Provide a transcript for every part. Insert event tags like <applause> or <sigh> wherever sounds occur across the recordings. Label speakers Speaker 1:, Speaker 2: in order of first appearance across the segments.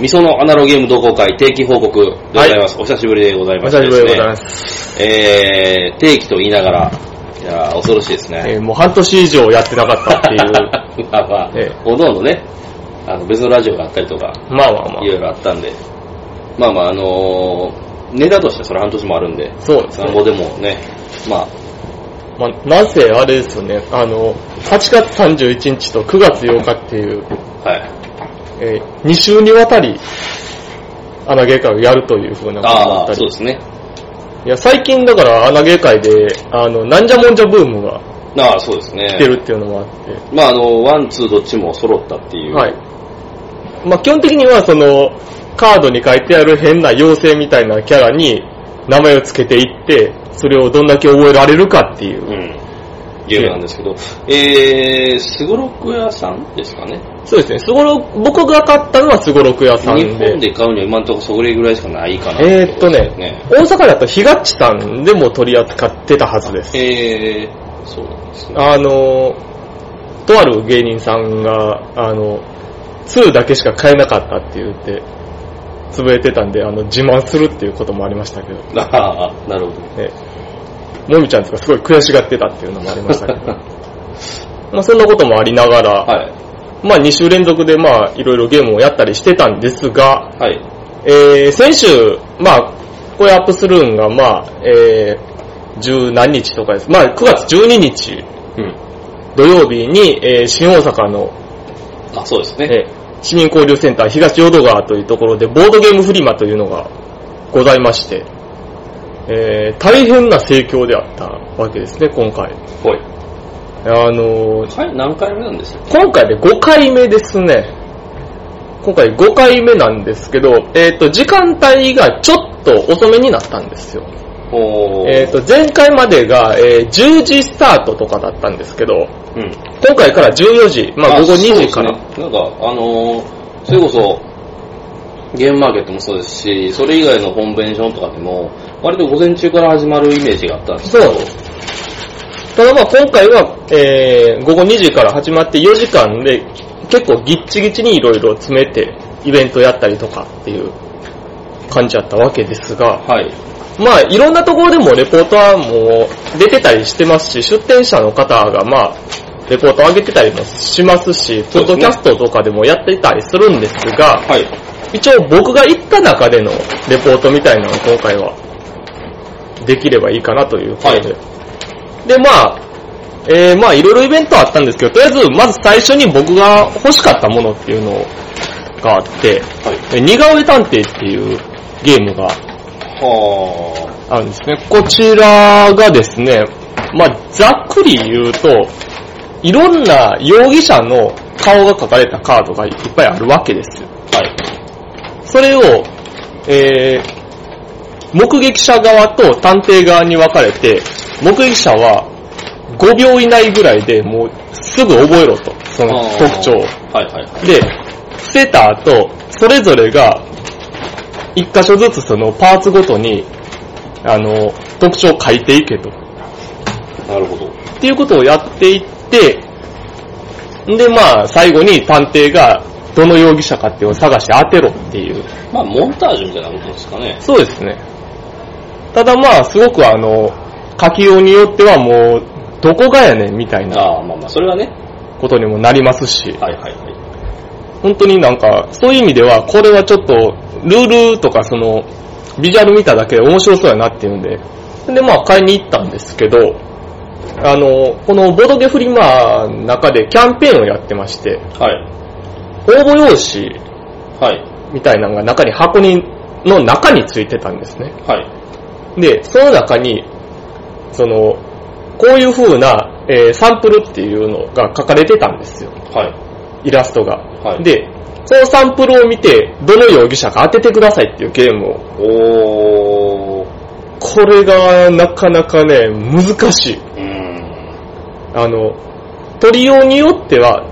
Speaker 1: 味噌のアナログゲーム同好会定期報告でございます。お久しぶりでござい
Speaker 2: お
Speaker 1: まし
Speaker 2: 久
Speaker 1: て
Speaker 2: し
Speaker 1: で
Speaker 2: ぶ
Speaker 1: すね。
Speaker 2: りでございます。
Speaker 1: えー、定期と言いながら、いやー恐ろしいですね。
Speaker 2: えーもう半年以上やってなかっ
Speaker 1: <laughs>
Speaker 2: たっていう。
Speaker 1: う。まあまあ、
Speaker 2: ええ
Speaker 1: おのおのね、あの別のラジオがあったりとか、
Speaker 2: まあまあま
Speaker 1: いろいろあったんで、まあまあ、あのー、ネタとしてそれ半年もあるんで、
Speaker 2: あ。そうです
Speaker 1: 産
Speaker 2: ね。
Speaker 1: 後でもね、まあ、
Speaker 2: まあ、なぜあれですよね、あの、8月31日と9月8日っていう、
Speaker 1: はい。
Speaker 2: え2週にわたり、穴芸会をやるというふうなことだ
Speaker 1: あ
Speaker 2: っ
Speaker 1: あ、
Speaker 2: た
Speaker 1: そう
Speaker 2: り。
Speaker 1: ですね。
Speaker 2: いや、最近だから穴芸会で、あの、なんじゃもんじゃブームが
Speaker 1: ああ、そうです
Speaker 2: 来て
Speaker 1: ね。
Speaker 2: るっていうのもあって、
Speaker 1: まあ、あの、ワン、ツーどっちも揃ったっていう。
Speaker 2: はい。まあ、基本的にはその、カードに書いてある変な妖精みたいなキャラに名前を付けていって、それをどんだけ覚えられるかっていうう。
Speaker 1: ん。ゲームなんですけど、えー、すごろく屋さんですかね。
Speaker 2: そうですね、すごろ、僕が買ったのはすごろく屋さん
Speaker 1: 日
Speaker 2: で。
Speaker 1: 本で買うには今のところそれぐらいしかないかな。
Speaker 2: えーっとね
Speaker 1: ね。
Speaker 2: 大阪だとひがっちさんでも取り扱ってたはずです。
Speaker 1: えー、そうなんですね。
Speaker 2: あの、とある芸人さんが、あの、2だけしか買えなかったって言って、潰れてたんで、あの、自慢するっていうこともありましたけど、
Speaker 1: ああ、なるほど。
Speaker 2: ね、もみちゃんとかすごい悔しがってたっていうのもありましたけど、まあそんなこともありながら、
Speaker 1: <laughs> はい。
Speaker 2: まあ2週連続でまあいろいろゲームをやったりしてたんですが、
Speaker 1: はい。
Speaker 2: えー、先週、まあ、これアップするんが、まあ、えー、十何日とかです。まあ、9月12日
Speaker 1: うん。
Speaker 2: 土曜日に、えー、新大阪の、
Speaker 1: あ、そうですね。
Speaker 2: えー、市民交流センター東淀川というところで、ボードゲームフリマというのがございまして、えー、大変な盛況であったわけですね、今回。
Speaker 1: はい。
Speaker 2: あのー、
Speaker 1: はい、何回目なんですよ。
Speaker 2: 今回で5回目ですね。今回5回目なんですけど、えっ、と、時間帯がちょっと遅めになったんですよ。
Speaker 1: おー。
Speaker 2: えっ、と、前回までが、えー10時スタートとかだったんですけど、
Speaker 1: うん。
Speaker 2: 今回から14時、まあ午後2時か
Speaker 1: そ
Speaker 2: ら。
Speaker 1: うですねなんか、あのーそれこそ、ゲームマーケットもそうですし、それ以外のコンベンションとかでも、割と午前中から始まるイメージがあったんです
Speaker 2: そうただまあ今回は、えー午後2時から始まって4時間で結構ギッチギチにいろいろ詰めてイベントやったりとかっていう感じだったわけですが、
Speaker 1: はい。
Speaker 2: まあ、いろんなところでもレポートはもう出てたりしてますし、出展者の方がまあ、レポートを上げてたりもしますし、
Speaker 1: そ
Speaker 2: ポ
Speaker 1: うで
Speaker 2: ッ
Speaker 1: すね
Speaker 2: ドキャストとかでもやってたりするんですが、
Speaker 1: はい。
Speaker 2: 一応僕が行った中でのレポートみたいなのを今回は、できればいいかなということで。で、まあ、えー、まあ、いろいろイベントはあったんですけど、とりあえず、まず最初に僕が欲しかったものっていうのがあって、
Speaker 1: はい。
Speaker 2: え似顔絵探偵っていうゲームが
Speaker 1: は
Speaker 2: あるんですね。こちらがですね、まあ、ざっくり言うと、いろんな容疑者の顔が書かれたカードがいっぱいあるわけです。
Speaker 1: ー。はい。
Speaker 2: それを、えー、目撃者側と探偵側に分かれて、目撃者は5秒以内ぐらいでもうすぐ覚えろと、その
Speaker 1: あー
Speaker 2: 特徴を。
Speaker 1: はいはいはい。
Speaker 2: で、伏せた後、それぞれが、一箇所ずつそのパーツごとに、あの、特徴を書いていけと。っ
Speaker 1: なるほど。
Speaker 2: ていうことをやっていって、んで、まあ、最後に探偵が、どの容疑者かっていうのを探して当てろっていう。
Speaker 1: まあ、モンタージュみたいなことですかね。
Speaker 2: そうですね。ただまあ、すごくあの、書きようによってはもう、どこがやねんみたいな
Speaker 1: ああ、まあまあ、それはね。
Speaker 2: ことにもなりますし。
Speaker 1: はいはいはい。
Speaker 2: 本当になんか、そういう意味では、これはちょっと、ルールとかその、ビジュアル見ただけで面白そうやなっていうんで、で、まあ買いに行ったんですけど、あの、このボドゲフリマの中でキャンペーンをやってまして、
Speaker 1: はい。
Speaker 2: 応募用紙
Speaker 1: はい。
Speaker 2: みたいなのが中に箱に、の中についてたんですね。
Speaker 1: はい。
Speaker 2: で、その中に、その、こういう風な、えーサンプルっていうのが書かれてたんですよ。
Speaker 1: はい。
Speaker 2: イラストが。
Speaker 1: はい
Speaker 2: で、そのサンプルを見て、どの容疑者か当ててくださいっていうゲームを。
Speaker 1: おー。
Speaker 2: これがなかなかね、難しい。
Speaker 1: うーん。
Speaker 2: あの、取りようによっては、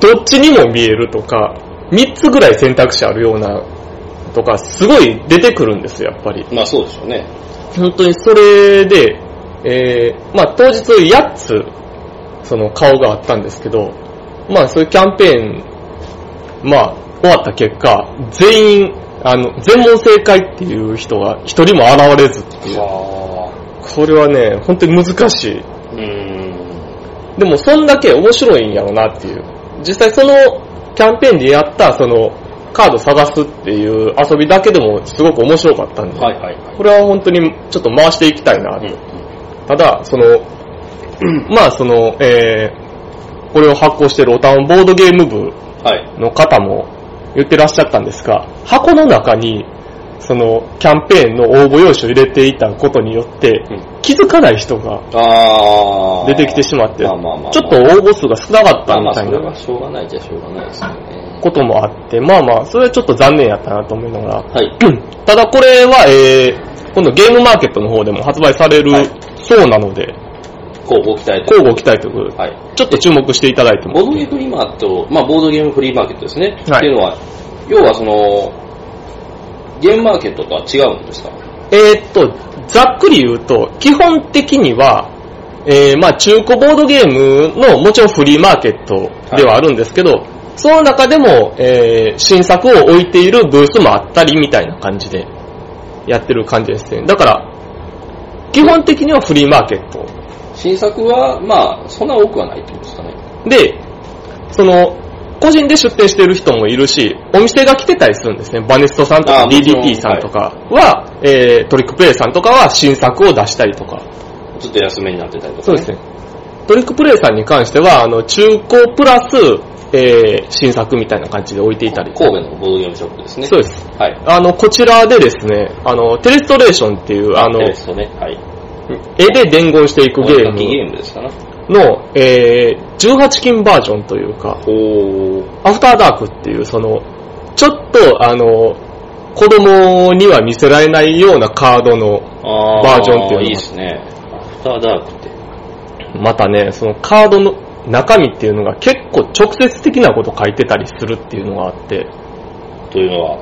Speaker 2: どっちにも見えるとか、3つぐらい選択肢あるような、とか、すごい出てくるんですよ、やっぱり。
Speaker 1: まあ、そうでしょうね。
Speaker 2: 本当にそれで、えー、まあ当日8つ、その顔があったんですけど、まあそういうキャンペーン、まあ終わった結果、全員、あの、全問正解っていう人が一人も現れずっていう。
Speaker 1: は
Speaker 2: これはね、本当に難しい。
Speaker 1: あ。うー
Speaker 2: でも、そんだけ面白いんやろなっていう。実際そのキャンペーンでやった、その、カード探すっていう遊びだけでもすごく面白かった
Speaker 1: ん。
Speaker 2: んで、
Speaker 1: はいはいはい。
Speaker 2: これは本当にちょっと回していきたいなっていうただ、その、まあその、えー、これを発行しているオタンボードゲーム部
Speaker 1: はい。
Speaker 2: の方も言ってらっしゃったんですが、箱の中に、その、キャンペーンの応募用紙を入れていたことによって
Speaker 1: うん、
Speaker 2: 気づかない人が
Speaker 1: ああ。
Speaker 2: 出てきてしまって、ち
Speaker 1: まあ
Speaker 2: ょ
Speaker 1: まあまあ。
Speaker 2: っと応募数が少なかっ
Speaker 1: ま
Speaker 2: た
Speaker 1: あま
Speaker 2: み
Speaker 1: あ、
Speaker 2: たい
Speaker 1: それは
Speaker 2: な
Speaker 1: しょうがないじゃしょうがないですよね。
Speaker 2: こともあって、まあまあ、それはちょっと残念やったなと思いながら、
Speaker 1: はい。
Speaker 2: ただこれは、えー、今度ゲームマーケットの方でも発売される
Speaker 1: はい
Speaker 2: そうなので、
Speaker 1: こうご期待と。
Speaker 2: 交互期待ということで、
Speaker 1: はい。
Speaker 2: ちょっと注目していただいても
Speaker 1: ボードゲームフリーマーケット、まあ、ボードゲームフリーマーケットですね。
Speaker 2: はい
Speaker 1: っていうのは、要はその、ゲームマーケットとは違うんですか
Speaker 2: えーっと、ざっくり言うと、基本的には、えーまあ中古ボードゲームのもちろんフリーマーケットではあるんですけど、その中でも、えー新作を置いているブースもあったりみたいな感じでやってる感じですね。だから、基本的にはフリーマーケット。
Speaker 1: 新作は、まあ、そんな多くはないってことですかね。
Speaker 2: で、その、個人で出店してる人もいるし、お店が来てたりするんですね。バネストさんと
Speaker 1: あ
Speaker 2: か
Speaker 1: もちろん
Speaker 2: DDT さんとかは、えートリックプレイさんとかは新作を出したりとか。
Speaker 1: ちょっと安めになってたりとか、
Speaker 2: そうですね。トリックプレイさんに関しては、あの、中古プラス、えー新作みたいな感じで置いていたり。
Speaker 1: 神戸のボードゲームショップですね。
Speaker 2: そうです。
Speaker 1: はい。
Speaker 2: あの、こちらでですね、あの、テレストレーションっていう、あの
Speaker 1: テ、レストね。はい。
Speaker 2: 絵で伝言していくゲ
Speaker 1: お絵
Speaker 2: ー
Speaker 1: かきゲー
Speaker 2: ム
Speaker 1: ムですかな。
Speaker 2: の、えー18金バージョンというか、
Speaker 1: おー。
Speaker 2: アフターダークっていう、その、ちょっと、あの、子供には見せられないようなカードの、
Speaker 1: あ
Speaker 2: バージョンっていうのが
Speaker 1: いいですね。アフターダークって。
Speaker 2: またね、そのカードの中身っていうのが結構直接的なこと書いてたりするっていうのがあって、
Speaker 1: というのは、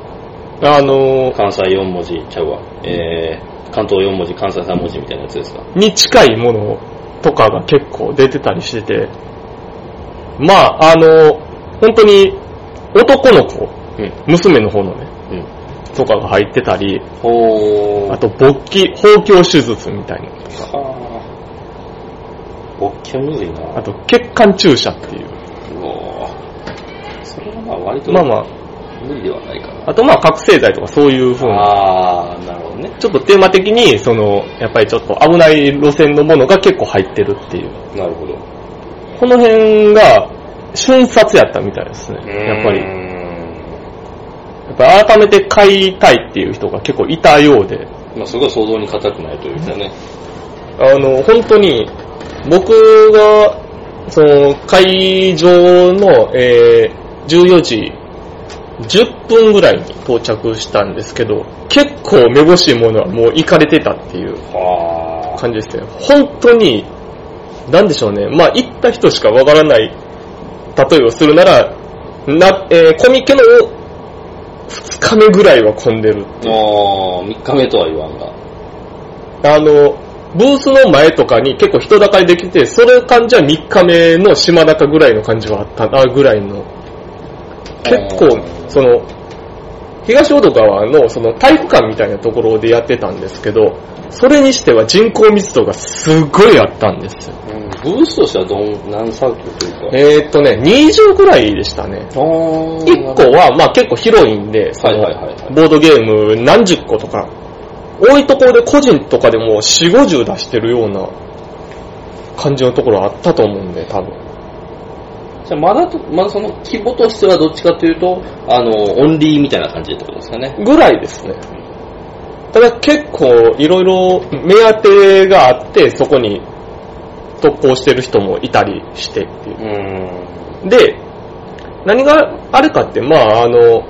Speaker 2: あの、
Speaker 1: 関西4文字、ちゃうわ。えー、関東4文字、関西3文字みたいなやつですか。
Speaker 2: に近いものとかが結構出てたりしてて、まあ、あの、本当に男の子、
Speaker 1: うん。
Speaker 2: 娘の方のね、
Speaker 1: うん。
Speaker 2: とかが入ってたり、
Speaker 1: ほー。
Speaker 2: あと勃起、包協手術みたいな。
Speaker 1: はぁ。勃起はむずいな
Speaker 2: あと血管注射っていう。
Speaker 1: うわぁそれはまあ割と
Speaker 2: まあまあ、
Speaker 1: 無理ではないかな。
Speaker 2: あとまあ覚醒剤とかそういう風な。
Speaker 1: あー、なるほどね。
Speaker 2: ちょっとテーマ的に、その、やっぱりちょっと危ない路線のものが結構入ってるっていう。
Speaker 1: なるほど。
Speaker 2: この辺が、瞬殺やったみたいですね。やっぱり。や
Speaker 1: り。
Speaker 2: っぱ改めて買いたいっていう人が結構いたようで、
Speaker 1: まあすごい想像に固くないというかね。
Speaker 2: あの、本当に、僕が、その、会場の、えー、14時10分ぐらいに到着したんですけど、結構めぼしいものはもう行かれてたっていう。
Speaker 1: はぁ。
Speaker 2: 感じですね。本当に、なんでしょうね。まあ、行った人しかわからない例えをするなら、な、えーコミケの2日目ぐらいは混んでる。
Speaker 1: もう、3日目とは言わんが。
Speaker 2: あの、ブースの前とかに結構人だかりできて、それ感じは3日目の島中ぐらいの感じはあったな、ぐらいの。結構、その、東淀川のその体育館みたいなところでやってたんですけど、それにしては人口密度がすごいあったんですよ。
Speaker 1: うんブースとしてはどん、何サークルというか。
Speaker 2: えーっとね、20ぐらいでしたね。
Speaker 1: あー
Speaker 2: 1個は、まあ結構広いんで、そ
Speaker 1: はい
Speaker 2: の
Speaker 1: はいはいはい。
Speaker 2: ボードゲーム何十個とか、多いところで個人とかでも4、50出してるような感じのところあったと思うんで、多分。
Speaker 1: じゃあまだと、まだその規模としてはどっちかというと、あの、オンリーみたいな感じってことですかね。
Speaker 2: ぐらいですね。ただ結構いろいろ目当てがあって、そこに特攻してる人もいたりしてっていう
Speaker 1: う。ん。
Speaker 2: で、何があるかって、まああの、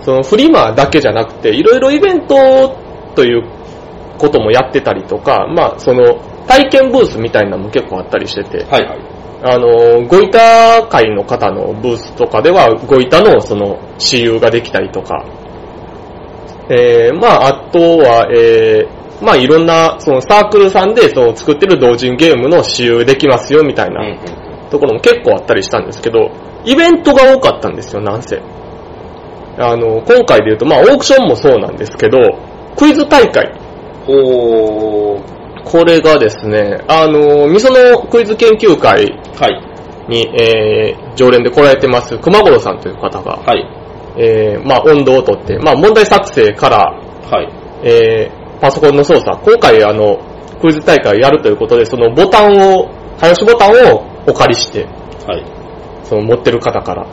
Speaker 2: そのフリマだけじゃなくて、いろいろイベントということもやってたりとか、まあその体験ブースみたいなのも結構あったりしてて、
Speaker 1: はいはい。
Speaker 2: あの、ゴイタ会の方のブースとかでは、ゴイタのその、私有ができたりとか、えー、まああとは、えー、まあいろんな、そのサークルさんで、その作ってる同人ゲームの私有できますよ、みたいな。
Speaker 1: うん
Speaker 2: ところも結構あったりしたんですけど、イベントが多かったんですよ、なんせ。あの、今回で言うと、まあオークションもそうなんですけど、クイズ大会。
Speaker 1: おー。
Speaker 2: これがですね、あの、みそのクイズ研究会
Speaker 1: はい。
Speaker 2: に、えー、常連で来られてます、熊五郎さんという方が、
Speaker 1: はい。
Speaker 2: えー、まあ温度をとって、まあ問題作成から、
Speaker 1: はい。
Speaker 2: えー、パソコンの操作、今回あの、クイズ大会をやるということで、そのボタンを、早押しボタンをお借りして、
Speaker 1: はい。
Speaker 2: その持ってる方から。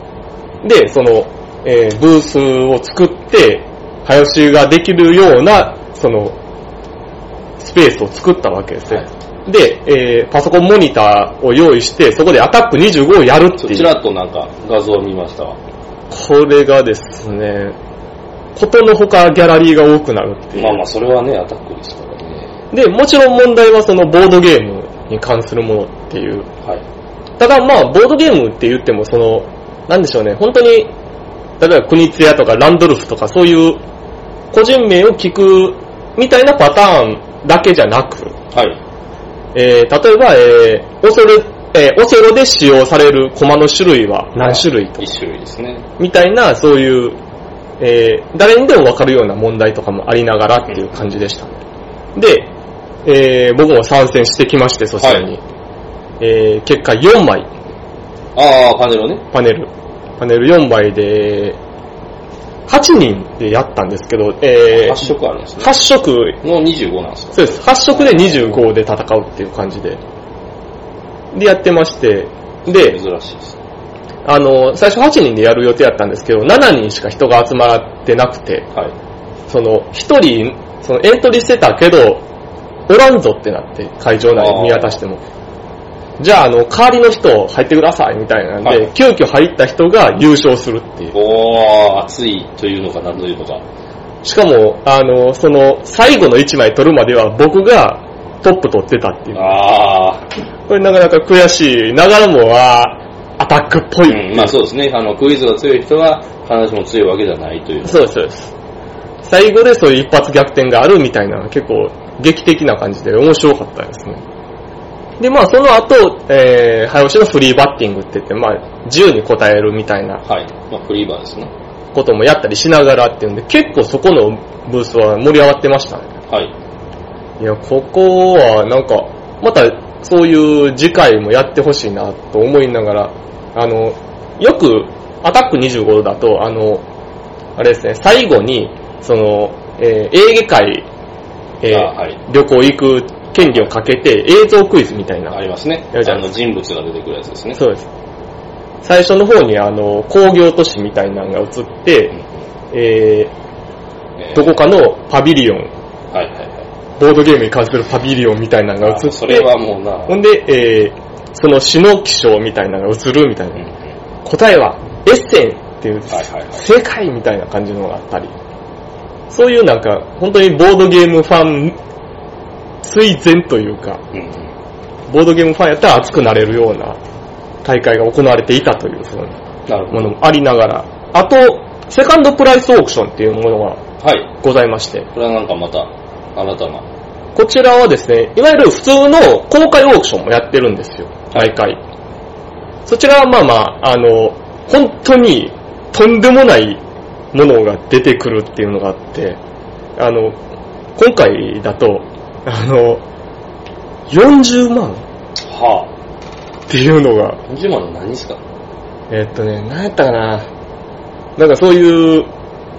Speaker 2: で、その、えーブースを作って、早押しができるような、その、スペースを作ったわけですね。
Speaker 1: は
Speaker 2: で、えーパソコンモニターを用意して、そこでアタック25をやるって
Speaker 1: そ
Speaker 2: いう。
Speaker 1: ちらっとなんか画像を見ましたわ。
Speaker 2: これがですね、ことのほかギャラリーが多くなるっていう。
Speaker 1: まあまあ、それはね、アタックですからね。
Speaker 2: で、もちろん問題はそのボードゲームに関するものっていう。
Speaker 1: はい。
Speaker 2: ただまあ、ボードゲームって言ってもその、なんでしょうね、本当に、例えば国津屋とかランドルフとかそういう個人名を聞くみたいなパターンだけじゃなく、
Speaker 1: はい。
Speaker 2: えー例えば、えーオセロ、えーオセロで使用されるコマの種類は何種類とか、
Speaker 1: 一種類ですね。
Speaker 2: みたいなそういう、えー誰にでもわかるような問題とかもありながらっていう感じでした。で、えー僕も参戦してきまして、そちらに。えー結果4枚、
Speaker 1: ああ、パネルをね。
Speaker 2: パネル。パネル4枚で、8人でやったんですけど、え
Speaker 1: 8
Speaker 2: ー
Speaker 1: 色あるんですね。
Speaker 2: 8色、
Speaker 1: の25なんですか。
Speaker 2: そうです。8色で25で戦うっていう感じで。で、やってまして、で、
Speaker 1: 珍しいですね。
Speaker 2: あの、最初8人でやる予定やったんですけど、7人しか人が集まってなくて、
Speaker 1: はい。
Speaker 2: その、一人、そのエントリーしてたけど、おらんぞってなって、会場内見渡しても。じゃあ、あの、代わりの人入ってくださいみたいなんで、
Speaker 1: はい
Speaker 2: 急遽入った人が優勝するっていう。
Speaker 1: おー、熱いというのか何というのか。
Speaker 2: しかも、あの、その、最後の1枚取るまでは僕がトップ取ってたっていう。
Speaker 1: ああ、
Speaker 2: これなかなか悔しいながらもは、アタックっぽい。
Speaker 1: うん、まあそうですね。あの、クイズが強い人は話も強いわけじゃないという。
Speaker 2: そうです、そうです。最後でそういう一発逆転があるみたいな、結構劇的な感じで面白かったですね。で、まあその後、えー、早押しのフリーバッティングって言って、まあ自由に答えるみたいな
Speaker 1: はい。まあ、フリーバーですね。
Speaker 2: こともやったりしながらっていうんで、結構そこのブースは盛り上がってましたね。
Speaker 1: はい。
Speaker 2: いや、ここはなんか、またそういう次回もやってほしいなと思いながら、あの、よくアタック25だと、あの、あれですね、最後に、その、えー、エーゲ海、えー
Speaker 1: あはい
Speaker 2: 旅行行く権利をかけて映像クイズみたい
Speaker 1: あ
Speaker 2: な。
Speaker 1: りますね。
Speaker 2: やるじゃ
Speaker 1: あ
Speaker 2: ない
Speaker 1: の、人物が出てくるやつですね。
Speaker 2: そうです。最初の方にあの、工業都市みたいなのが映って
Speaker 1: うん、
Speaker 2: え
Speaker 1: え
Speaker 2: ー
Speaker 1: ー
Speaker 2: どこかのパビリオン、
Speaker 1: はいはいはい。
Speaker 2: ボードゲームに関するパビリオンみたいなのが映っ
Speaker 1: あ
Speaker 2: て、
Speaker 1: それはもうな、
Speaker 2: ほんで、えー、その詩の気象みたいなのが映るみたい
Speaker 1: うんうん
Speaker 2: な。答えは、エッセンっていう、
Speaker 1: はいはいはい。
Speaker 2: 正解みたいな感じのがあったり。そういうなんか、本当にボードゲームファン、追善というか、
Speaker 1: うんうん
Speaker 2: ボードゲームファンやったら熱くなれるような大会が行われていたという、その
Speaker 1: なるほ
Speaker 2: もの
Speaker 1: ど。
Speaker 2: もありながら。あと、セカンドプライスオークションっていうもの
Speaker 1: は
Speaker 2: が
Speaker 1: い。
Speaker 2: ございまして、
Speaker 1: これはなんかまた、新たな。
Speaker 2: こちらはですね、いわゆる普通の公開オークションもやってるんですよ、毎回。そちらはまあまあ、あの、本当にとんでもないものが出てくるっていうのがあって、あの、今回だと、あの、40万
Speaker 1: は
Speaker 2: っていうのが、
Speaker 1: あ。40万の何ですか
Speaker 2: えっとね、何やったかな。なんかそういう、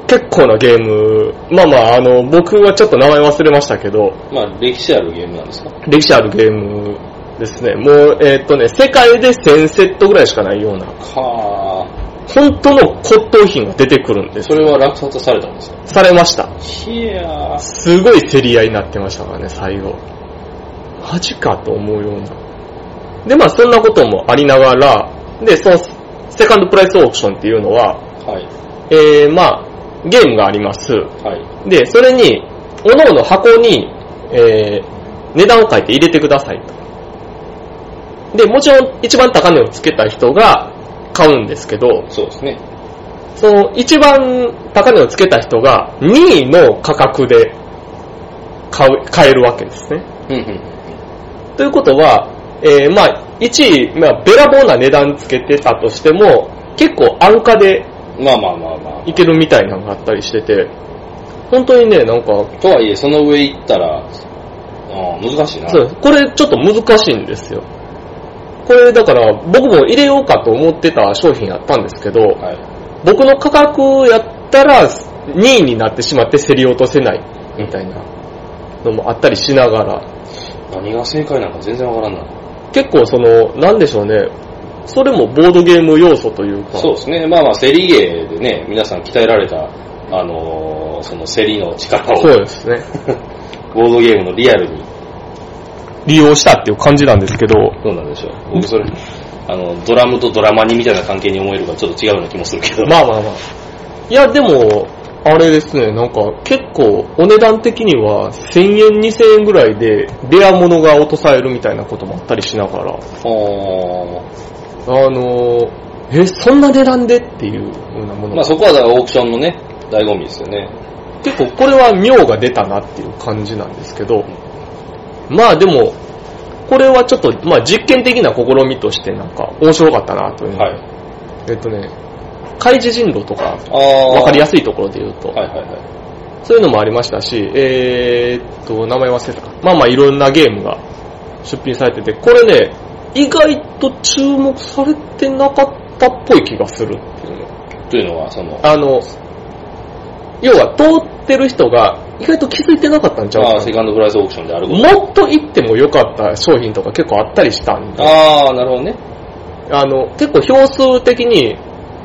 Speaker 2: 結構なゲーム、まあまあ、あの、僕はちょっと名前忘れましたけど、
Speaker 1: まあ、歴史あるゲームなんですか
Speaker 2: 歴史あるゲームですね。もう、えーっとね、世界で1000セットぐらいしかないような、
Speaker 1: は
Speaker 2: 本当の骨董品が出てくるんで
Speaker 1: あ。
Speaker 2: す
Speaker 1: そ。れは落札されたんですか
Speaker 2: されました。
Speaker 1: いやー。
Speaker 2: すごい競り合いになってましたからね、最後。マジかと思うような。で、まあそんなこともありながら、で、その、セカンドプライスオークションっていうのは、
Speaker 1: はい。
Speaker 2: えー、まあ、ゲームがあります。
Speaker 1: はい。
Speaker 2: で、それに、おのの箱に、えー、値段を書いて入れてくださいと。で、もちろん一番高値をつけた人が買うんですけど、
Speaker 1: そうですね。
Speaker 2: その一番高値をつけた人が2位の価格で買う、買えるわけですね。
Speaker 1: うんうん。
Speaker 2: ということは、えー、まあ、1位、まあ、べらぼうな値段つけてたとしても、結構安価で
Speaker 1: まあまあまあまあ。
Speaker 2: 行けるみたいなのがあったりしてて、本当にね、なんか、
Speaker 1: とはいえ、その上行ったら、ああ難しいな。
Speaker 2: そうこれちょっと難しいんですよ。これだから僕も入れようかと思ってた商品やったんですけど、
Speaker 1: はい。
Speaker 2: 僕の価格やったら2位になってしまって競り落とせないみたいなのもあったりしながら、
Speaker 1: 何が正解なのか全然わからんな。
Speaker 2: 結構その、なんでしょうね、それもボードゲーム要素というか、
Speaker 1: そうですね。まあまあ、競り芸でね、皆さん鍛えられた、あのーその競りの力を、
Speaker 2: そうですね。
Speaker 1: ボードゲームのリアルに、
Speaker 2: <laughs> 利用したっていう感じなんですけど、
Speaker 1: どうなんでしょう。僕それ、あの、ドラムとドラマにみたいな関係に思えるからちょっと違うような気もするけど。
Speaker 2: まあまあまあ。いや、でも、あれですね、なんか結構お値段的には1000円、2000円ぐらいでレア物が落とされるみたいなこともあったりしながら、
Speaker 1: おー
Speaker 2: あのー、え、そんな値段でっていうようなもの
Speaker 1: まあ
Speaker 2: が、
Speaker 1: そこはだからオークションのね、醍醐味ですよね。
Speaker 2: 結構これは妙が出たなっていう感じなんですけど、まあでも、これはちょっと、まあ実験的な試みとしてなんか面白かったなというのが、
Speaker 1: はい。
Speaker 2: えっとね、開示人路とか、
Speaker 1: ああ
Speaker 2: わかりや
Speaker 1: す
Speaker 2: すいところで言うと、
Speaker 1: はいはいはい。
Speaker 2: そういうのもありましたし、えーっと、名前忘れたか。まあまあいろんなゲームが出品されてて、これね、意外と注目されてなかったっぽい気がするっていうね。
Speaker 1: というのは、その、
Speaker 2: あの、要は通ってる人が意外と気づいてなかったんちゃう
Speaker 1: まあ
Speaker 2: か
Speaker 1: セカンドプライスオークションであること。
Speaker 2: な。もっと行っても良かった商品とか結構あったりしたんで、
Speaker 1: ああ、なるほどね。
Speaker 2: あの、結構票数的に、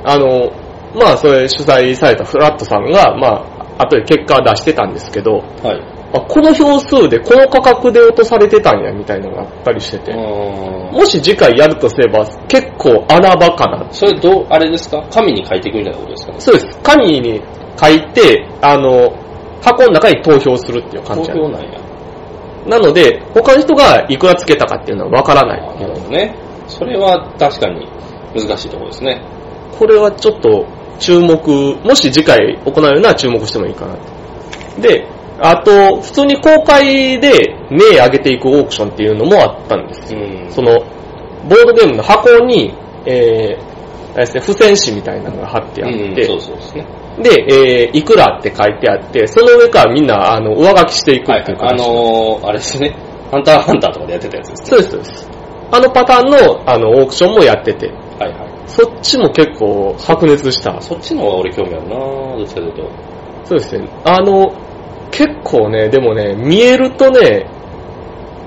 Speaker 2: あの、まあそれ主催されたフラットさんが、まあ後で結果出してたんですけど、
Speaker 1: はい。
Speaker 2: あ、この票数でこの価格で落とされてたんや、みたいなのがあったりして
Speaker 1: う
Speaker 2: て。
Speaker 1: ーん。
Speaker 2: もし次回やるとすれば、結構穴場かな。
Speaker 1: それどう、あれですか紙に書いていくみたいなことですかね
Speaker 2: そうです。紙に書いて、あの、箱の中に投票するっていう感
Speaker 1: 東
Speaker 2: じや
Speaker 1: 京なんや。
Speaker 2: なので、他の人がいくらつけたかっていうのはわから
Speaker 1: あ
Speaker 2: ない
Speaker 1: ーなるほどね。それは確かに難しいところですね。
Speaker 2: これはちょっと注目、もし次回行われるなら注目してもいいかなと。で、あと、普通に公開で名上げていくオークションっていうのもあったんです。
Speaker 1: うん。
Speaker 2: その、ボードゲームの箱に、えー、あれですね、付箋紙みたいなのが貼ってあっ
Speaker 1: うん、
Speaker 2: て、
Speaker 1: そうそうですね。
Speaker 2: で、えー、いくらって書いてあって、その上からみんな、あの、上書きしていく
Speaker 1: はい
Speaker 2: っていう
Speaker 1: はい。あ
Speaker 2: 感じ。
Speaker 1: のー、あれですね。ハンターハンターとかでやってたやつですね。
Speaker 2: そうです、そうです。あのパターンの、あの、オークションもやってて、
Speaker 1: はいはい。
Speaker 2: そっちも結構白熱した。
Speaker 1: そっちの方が俺興味あるなどっちかというと。
Speaker 2: そうですね。あの、結構ね、でもね、見えるとね、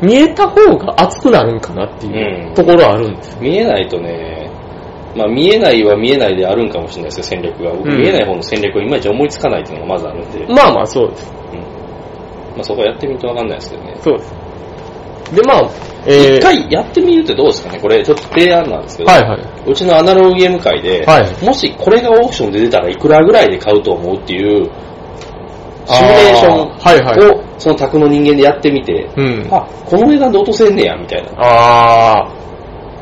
Speaker 2: 見えた方が熱くなるんかなっていううんところはあるんです。
Speaker 1: 見えないとね、まあ見えないは見えないであるんかもしれないですよ、戦略が。僕、
Speaker 2: うん
Speaker 1: 見えない方の戦略をいまいち思いつかないっていうのがまずあるんで、
Speaker 2: まあまあ、そうです。
Speaker 1: まあそこはやってみるとわかんないですけどね。
Speaker 2: そうです。で、まあ、えー
Speaker 1: 一回やってみるってどうですかねこれちょっと提案なんですけど、
Speaker 2: はいはいう
Speaker 1: ちのアナログゲーム会で、
Speaker 2: はい
Speaker 1: もしこれがオークションで出たらいくらぐらいで買うと思うっていう、シミュレーションを、
Speaker 2: はいはい。
Speaker 1: その宅の人間でやってみて、
Speaker 2: うん。
Speaker 1: あ、この値段で落とせんねや、みたいな。
Speaker 2: あ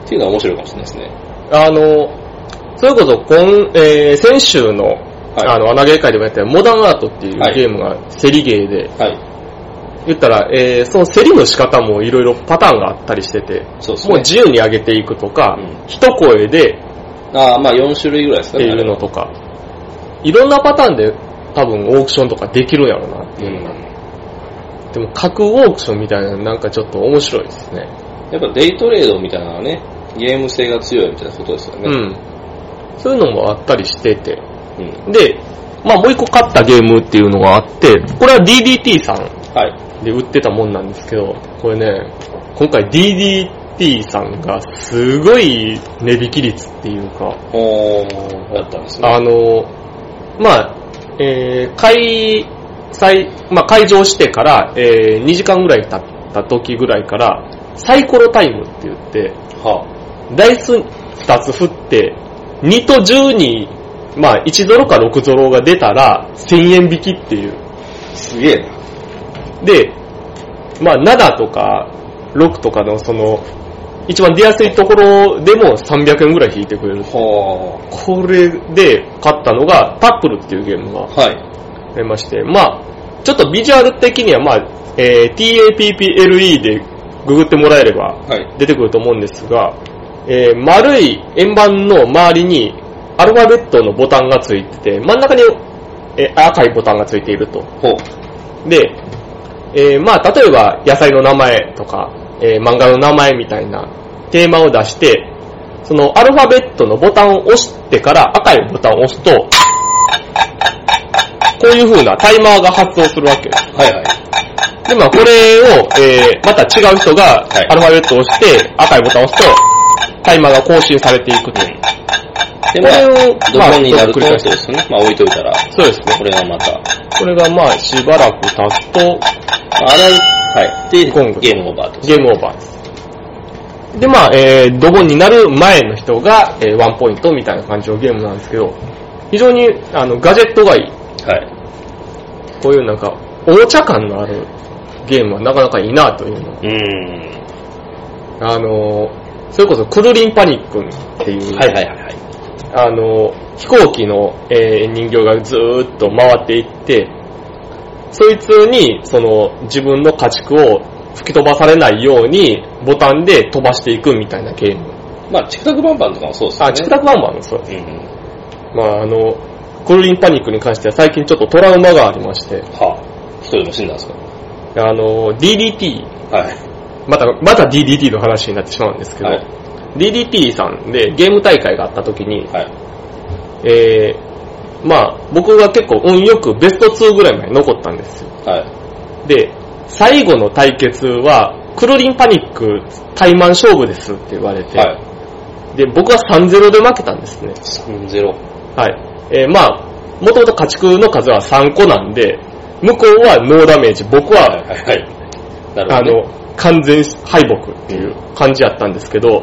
Speaker 1: っていうのは面白いかもしれないですね。
Speaker 2: ーあの、それこそ今、えー先週の、
Speaker 1: はい
Speaker 2: あの、穴芸会でもやったモダンアートってい
Speaker 1: はいう
Speaker 2: ゲームが競りゲーで、
Speaker 1: はい。
Speaker 2: 言ったら、えーその競りの仕方もいろいろパターンがあったりしてて、
Speaker 1: そうです
Speaker 2: もう
Speaker 1: ね。
Speaker 2: 自由に上げていくとか、
Speaker 1: うん
Speaker 2: 一声で
Speaker 1: あーまあ4種類ぐらいです
Speaker 2: っ
Speaker 1: か
Speaker 2: て
Speaker 1: ね。
Speaker 2: いうのとか、いろんなパターンで多分オークションとかできるんやろうな。
Speaker 1: うん
Speaker 2: でも、各オークションみたいなのなんかちょっと面白いですね。
Speaker 1: やっぱデイトレードみたいなのはね、ゲーム性が強いみたいなことですよ
Speaker 2: う
Speaker 1: ね。
Speaker 2: ん。そういうのもあったりしてて、
Speaker 1: うん。
Speaker 2: で、まあもう一個買ったゲームっていうのがあって、これは DDT さん
Speaker 1: はい。
Speaker 2: で売ってたもんなんですけど、これね、今回 DDT さんがすごい値引き率っていうか、
Speaker 1: おー、だったんですね。
Speaker 2: あの、まあ、えー開催、まあ開場してから、え2時間ぐらい経った時ぐらいから、サイコロタイムって言って、
Speaker 1: は
Speaker 2: ダイス2つ振って、2と10に、まあ1ゾロか6ゾロが出たら、1000円引きっていう。
Speaker 1: あ、すげえな。
Speaker 2: で、まあ7とか6とかのその、一番出やすいところでも300円ぐらい引いてくれる。
Speaker 1: は
Speaker 2: これで勝ったのが、タックルっていうゲームが
Speaker 1: あ。はい。
Speaker 2: ありまして、まあちょっとビジュアル的には、まあえー TAPPLE でググってもらえれば
Speaker 1: はい。
Speaker 2: 出てくると思うんですが、えー丸い円盤の周りにアルファベットのボタンがついてて、真ん中にえ赤いボタンがついていると。
Speaker 1: ほう。
Speaker 2: で、えーまあ、例えば野菜の名前とか、えー漫画の名前みたいなテーマを出して、そのアルファベットのボタンを押してから赤いボタンを押すと、こういう風なタイマーが発動するわけよ。
Speaker 1: はいはい。
Speaker 2: で、まあ、これを、えーまた違う人が
Speaker 1: はい
Speaker 2: アルファベットを押して赤いボタンを押すと、タイマーが更新されていくという。
Speaker 1: で、
Speaker 2: こ
Speaker 1: ま
Speaker 2: れ
Speaker 1: あ、
Speaker 2: を、
Speaker 1: ドボンになると、
Speaker 2: まあ
Speaker 1: そうですね。まあ置いといたら、
Speaker 2: そうですね。
Speaker 1: これがまた、
Speaker 2: これがまあ、しばらく経つと、
Speaker 1: あらはい。で、
Speaker 2: ゴング
Speaker 1: ゲームオーバーと。
Speaker 2: ゲームオーバーです。で、まあ、えー、ドボンになる前の人が、えーワンポイントみたいな感じのゲームなんですけど、非常に、あの、ガジェットがいい。
Speaker 1: はい。
Speaker 2: こういうなんか、おもちゃ感のあるゲームはなかなかいいなというの
Speaker 1: うーん。
Speaker 2: あのー、それこそ、クルリンパニックンっていう、
Speaker 1: はいはいはいはい。
Speaker 2: あのー、飛行機の、えー人形がずーっと回っていって、そいつに、その、自分の家畜を吹き飛ばされないように、ボタンで飛ばしていくみたいなゲーム。
Speaker 1: まあ、チクタクバンバンとかもそうですよね。
Speaker 2: あ、チクタクワンワンもそうです。
Speaker 1: うんうん。
Speaker 2: まああの、クルリンパニックに関しては最近ちょっとトラウマがありまして、
Speaker 1: はあ、一人でも死んだんですか
Speaker 2: あの、DDT、
Speaker 1: はい。
Speaker 2: また、また DDT の話になってしまうんですけど、
Speaker 1: はい。
Speaker 2: DDT さんでゲーム大会があった時に、
Speaker 1: はい。
Speaker 2: えー、まあ僕が結構運よくベスト2ぐらいまで残ったんですよ。
Speaker 1: はい。
Speaker 2: で、最後の対決は、クルリンパニック対マン勝負ですって言われて、
Speaker 1: はい。
Speaker 2: で、僕は3-0で負けたんですね。
Speaker 1: 3-0。
Speaker 2: はい。えーまあ、もともと家畜の数は3個なんで、向こうはノーダメージ、僕
Speaker 1: はい
Speaker 2: は、
Speaker 1: はいはい。な
Speaker 2: あ
Speaker 1: るほど、ね。
Speaker 2: の、完全敗北っていう感じやったんですけど、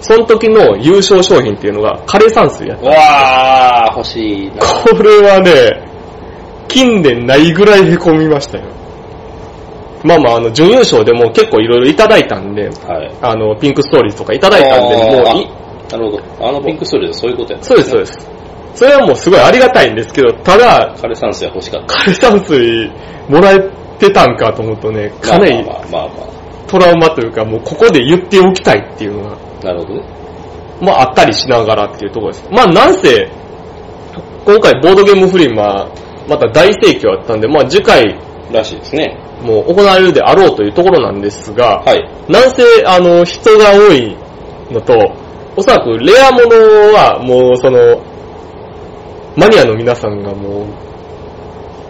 Speaker 2: その時の優勝商品っていうのが枯山水やっ
Speaker 1: うわー、欲しいな。
Speaker 2: た。これはね、近年ないぐらい凹みましたよ。まあまあ、あの、準優勝でも結構いろいろいただいたんで、
Speaker 1: はい。
Speaker 2: あの、ピンクストーリーズとかいただいたんで、もうい、
Speaker 1: あなるほど。あのピンクストーリーでそういうことやった。
Speaker 2: そうです、そうです。それはもうすごいありがたいんですけど、ただ、
Speaker 1: 枯山水は欲しかった。
Speaker 2: 枯山水もらえてたんかと思うとね、かなり
Speaker 1: まあまあまあまあ
Speaker 2: トラウマというか、もうここで言っておきたいっていうのが、
Speaker 1: まあ。なるほどね。
Speaker 2: まああったりしながらっていうところです。まあなんせ、今回ボードゲームフリマ、また大盛況だったんで、まあ次回
Speaker 1: らしいですね。
Speaker 2: も行われるであろうというところなんですが、
Speaker 1: はい。
Speaker 2: なんせ、あの、人が多いのと、おそらくレアものはもうその、マニアの皆さんがもう、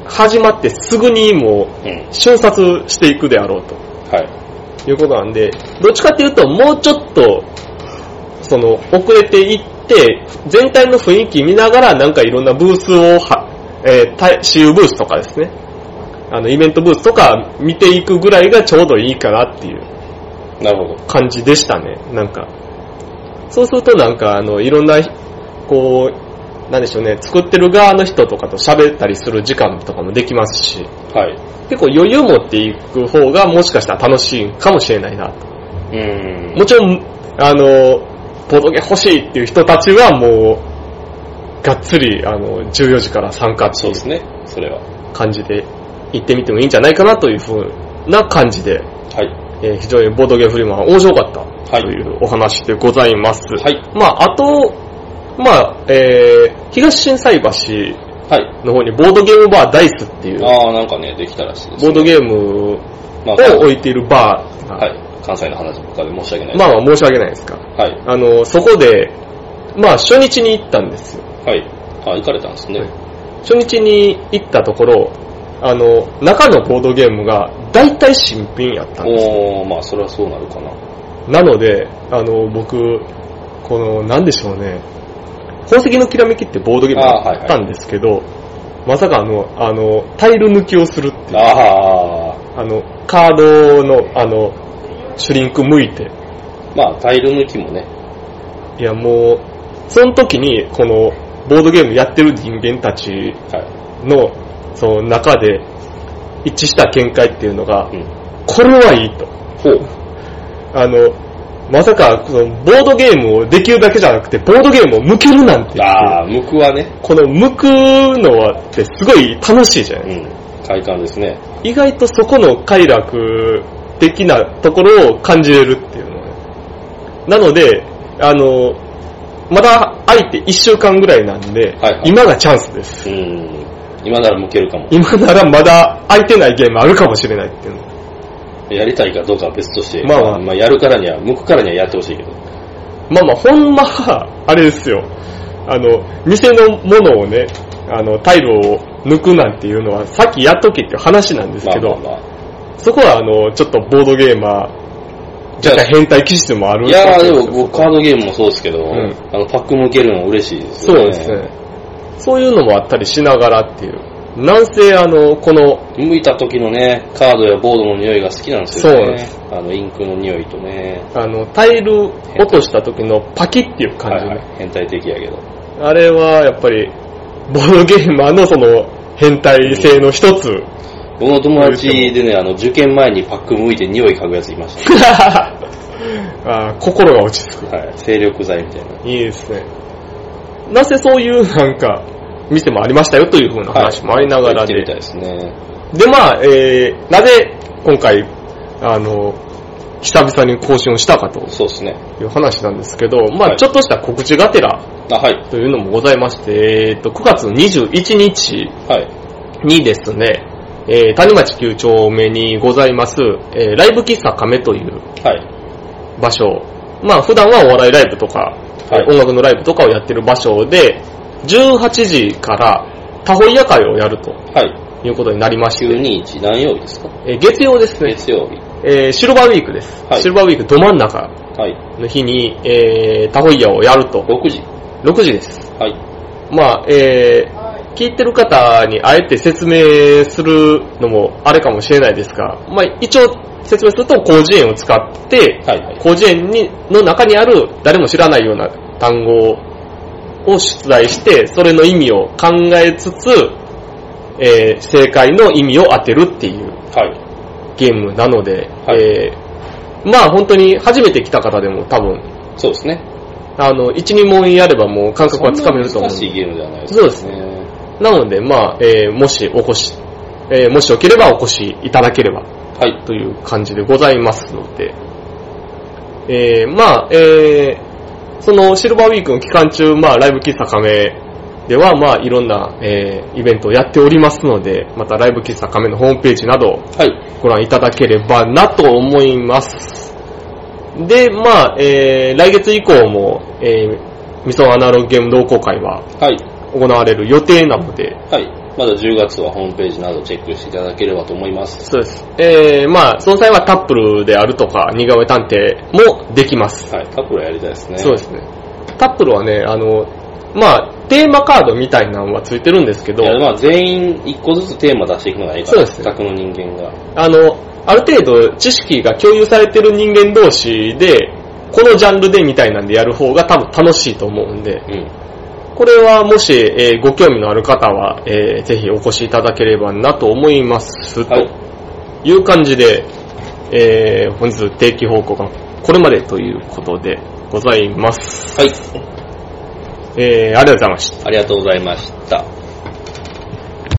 Speaker 2: 始まってすぐにも
Speaker 1: う
Speaker 2: う、
Speaker 1: ん。
Speaker 2: 瞬殺していくであろうと
Speaker 1: はい。
Speaker 2: いうことなんで、どっちかっていうと、もうちょっと、その、遅れていって、全体の雰囲気見ながら、なんかいろんなブースをは、えー、た私有ブースとかですね、あの、イベントブースとか見ていくぐらいがちょうどいいかなっていう
Speaker 1: なるほど。
Speaker 2: 感じでしたね、なんか。そうするとなんか、あの、いろんな、こう、なんでしょうね、作ってる側の人とかと喋ったりする時間とかもできますし、
Speaker 1: はい。
Speaker 2: 結構余裕持っていく方がもしかしたら楽しいかもしれないな。
Speaker 1: うーん。
Speaker 2: もちろん、あの、ボードゲ欲しいっていう人たちはもう、がっつり、あの、14時から参加って
Speaker 1: そう
Speaker 2: い
Speaker 1: です
Speaker 2: う
Speaker 1: ね。それは。
Speaker 2: 感じで行ってみてもいいんじゃないかなというふうな感じで、
Speaker 1: はい。
Speaker 2: えー非常にボードゲフリマは面白かった
Speaker 1: はい
Speaker 2: というお話でございます。
Speaker 1: はい。
Speaker 2: まあ、あと、まあ、えー、東震災橋
Speaker 1: はい。
Speaker 2: の方にボードゲームバーダイスっていう、
Speaker 1: ああ、なんかね、できたらしいです、
Speaker 2: ボード
Speaker 1: ー
Speaker 2: ゲーム
Speaker 1: ム、まあ、は
Speaker 2: を置いているバーが
Speaker 1: い。関西の話ばっかで申し訳ない。
Speaker 2: まあまあ申し訳ないですか。
Speaker 1: はい。
Speaker 2: あの、そこで、まあ初日に行ったんですよ。
Speaker 1: はい。あ、行かれたんですね。
Speaker 2: はい初日に行ったところ、あの、中のボードゲームが大体新品やったんです。
Speaker 1: おー、まあ、それはそうなるかな。
Speaker 2: なので、あの、僕、この、なんでしょうね、宝石のきらめきってボードゲーム
Speaker 1: あーはい
Speaker 2: あったんですけど、まさかあの、あの、タイル抜きをするっていう、
Speaker 1: ああ、
Speaker 2: あの、カードの、あの、シュリンク剥いて、
Speaker 1: まあ、タイル抜きもね。
Speaker 2: いやもう、その時に、この、ボードゲームやってる人間たち
Speaker 1: は
Speaker 2: の、その中で、一致した見解っていうのが
Speaker 1: い。、うん。
Speaker 2: これはいいと。
Speaker 1: ほう。
Speaker 2: あの、まさか、その、ボードゲームをできるだけじゃなくて、ボードゲームを向けるなんていう
Speaker 1: ああ、向くはね。
Speaker 2: この向くのはってすごい楽しいじゃないうですか。
Speaker 1: ん。快感ですね。
Speaker 2: 意外とそこの快楽的なところを感じれるっていうのはねなので、あの、まだ空いて1週間ぐらいなんで、
Speaker 1: はいはい
Speaker 2: 今がチャンスです。
Speaker 1: うん。今なら向けるかも。
Speaker 2: 今ならまだ空いてないゲームあるかもしれないっていうの。
Speaker 1: やりたいかどうかは別として、
Speaker 2: まあまあ
Speaker 1: やるからには、向くからにはやってほしいけど。
Speaker 2: まあまあ、ほんま、あれですよ。あの、店のものをね、あの、タイルを抜くなんていうのは、さっきやっとけっていう話なんです
Speaker 1: ま
Speaker 2: け
Speaker 1: あ
Speaker 2: ど、
Speaker 1: まあまあ。
Speaker 2: そこはあの、ちょっとボードゲーマー、
Speaker 1: じゃ
Speaker 2: 若
Speaker 1: あ
Speaker 2: 干変態気質もある
Speaker 1: いやー
Speaker 2: わけ
Speaker 1: です
Speaker 2: よ
Speaker 1: も僕カードゲームもそうですけど、
Speaker 2: ん
Speaker 1: あのパック向けるの嬉しいです
Speaker 2: そ
Speaker 1: よ
Speaker 2: う
Speaker 1: ね。
Speaker 2: ですね。そういうのもあったりしながらっていう。なんせあの、この、
Speaker 1: 向いた時のね、カードやボードの匂いが好きなんですよ
Speaker 2: そうなんで
Speaker 1: ね。あのインクの匂いとね、
Speaker 2: あの、タイル落とした時のパキっていう感じ
Speaker 1: は
Speaker 2: ね
Speaker 1: いはい変態的やけど。
Speaker 2: あれはやっぱり、ボードゲーマーのその、変態性の一
Speaker 1: <laughs>
Speaker 2: つ。
Speaker 1: 僕の友達でね、あの受験前にパック向いて匂い嗅ぐやついまし
Speaker 2: あー心が落ち着く。
Speaker 1: た。はい、精力剤みたいな。
Speaker 2: いいですね。なぜそういうなんか、店もありましたよという風な話もありながらで。
Speaker 1: 行ってみたいですね。
Speaker 2: で、まあ、えー、なぜ今回、あの、久々に更新をしたかと
Speaker 1: そうですね。
Speaker 2: いう話なんですけど、ま
Speaker 1: は
Speaker 2: あ、
Speaker 1: い
Speaker 2: ちょっとした告知がてら
Speaker 1: あ、はい。
Speaker 2: というのもございまして、えー、と、9月21日
Speaker 1: はい。
Speaker 2: にですね、えー、谷町9丁目にございます、えー、ライブ喫茶亀という
Speaker 1: はい。
Speaker 2: 場所。まあ、普段はお笑いライブとか、
Speaker 1: はい
Speaker 2: 音楽のライブとかをやってる場所で、18時からタホイヤ会をやると
Speaker 1: はい。
Speaker 2: いうことになりまして、
Speaker 1: 921何曜日ですか
Speaker 2: えー月曜ですね、
Speaker 1: 月曜日。
Speaker 2: えーシルバーウィークです、
Speaker 1: はい
Speaker 2: シルバーウィークど真ん中
Speaker 1: はい。
Speaker 2: の日に、えータホイヤをやると。
Speaker 1: 6時。
Speaker 2: 6時です。
Speaker 1: はい。
Speaker 2: まあ、えー聞いてる方にあえて説明するのもあれかもしれないですが、まあ、一応説明すると、広辞苑を使って、
Speaker 1: はいはい。
Speaker 2: 広辞苑にの中にある誰も知らないような単語を出題して、それの意味を考えつつ、えー正解の意味を当てるっていう
Speaker 1: はい。
Speaker 2: ゲームなので、
Speaker 1: はい
Speaker 2: えーまあ本当に初めて来た方でも多分、
Speaker 1: そうですね。
Speaker 2: あの、1、2問やればもう感覚はつかめると
Speaker 1: そんな
Speaker 2: 思。
Speaker 1: 難しいうゲームではないです
Speaker 2: そうです
Speaker 1: ね。
Speaker 2: なので、まあ、えーもしお越し、えーもしよければお越しいただければ
Speaker 1: はい。
Speaker 2: という感じでございますので、えー、まあ、えー、そのシルバーウィークの期間中、まあ、ライブ喫茶亀では、まあ、いろんな、えー、イベントをやっておりますので、またライブ喫茶亀のホームページなど、
Speaker 1: はい。
Speaker 2: ご覧いただければなと思います。で、まあ、えー、来月以降も、えー、ミソンアナログゲーム同好会は
Speaker 1: はい。
Speaker 2: 行われる予定なので、
Speaker 1: はい。まだ10月はホームページなどチェックしていただければと思います。
Speaker 2: そうです。えー、まあ、その際はタップルであるとか、似顔絵探偵もできます。
Speaker 1: はい。タップルやりたいですね。
Speaker 2: そうですね。タップルはね、あの、まあ、テーマカードみたいなのはついてるんですけど
Speaker 1: い、や、まあ全員1個ずつテーマ出していくのがいいから、
Speaker 2: そうですね
Speaker 1: 企画の人間が。
Speaker 2: あの、ある程度知識が共有されてる人間同士で、このジャンルでみたいなんでやる方が多分楽しいと思うんで、
Speaker 1: うん。
Speaker 2: これはもし、えーご興味のある方は、えーぜひお越しいただければなと思います。
Speaker 1: はい
Speaker 2: という感じで、えー本日定期報告がこれまでということでございます。
Speaker 1: はい。
Speaker 2: えーありがとうございました。
Speaker 1: ありがとうございました。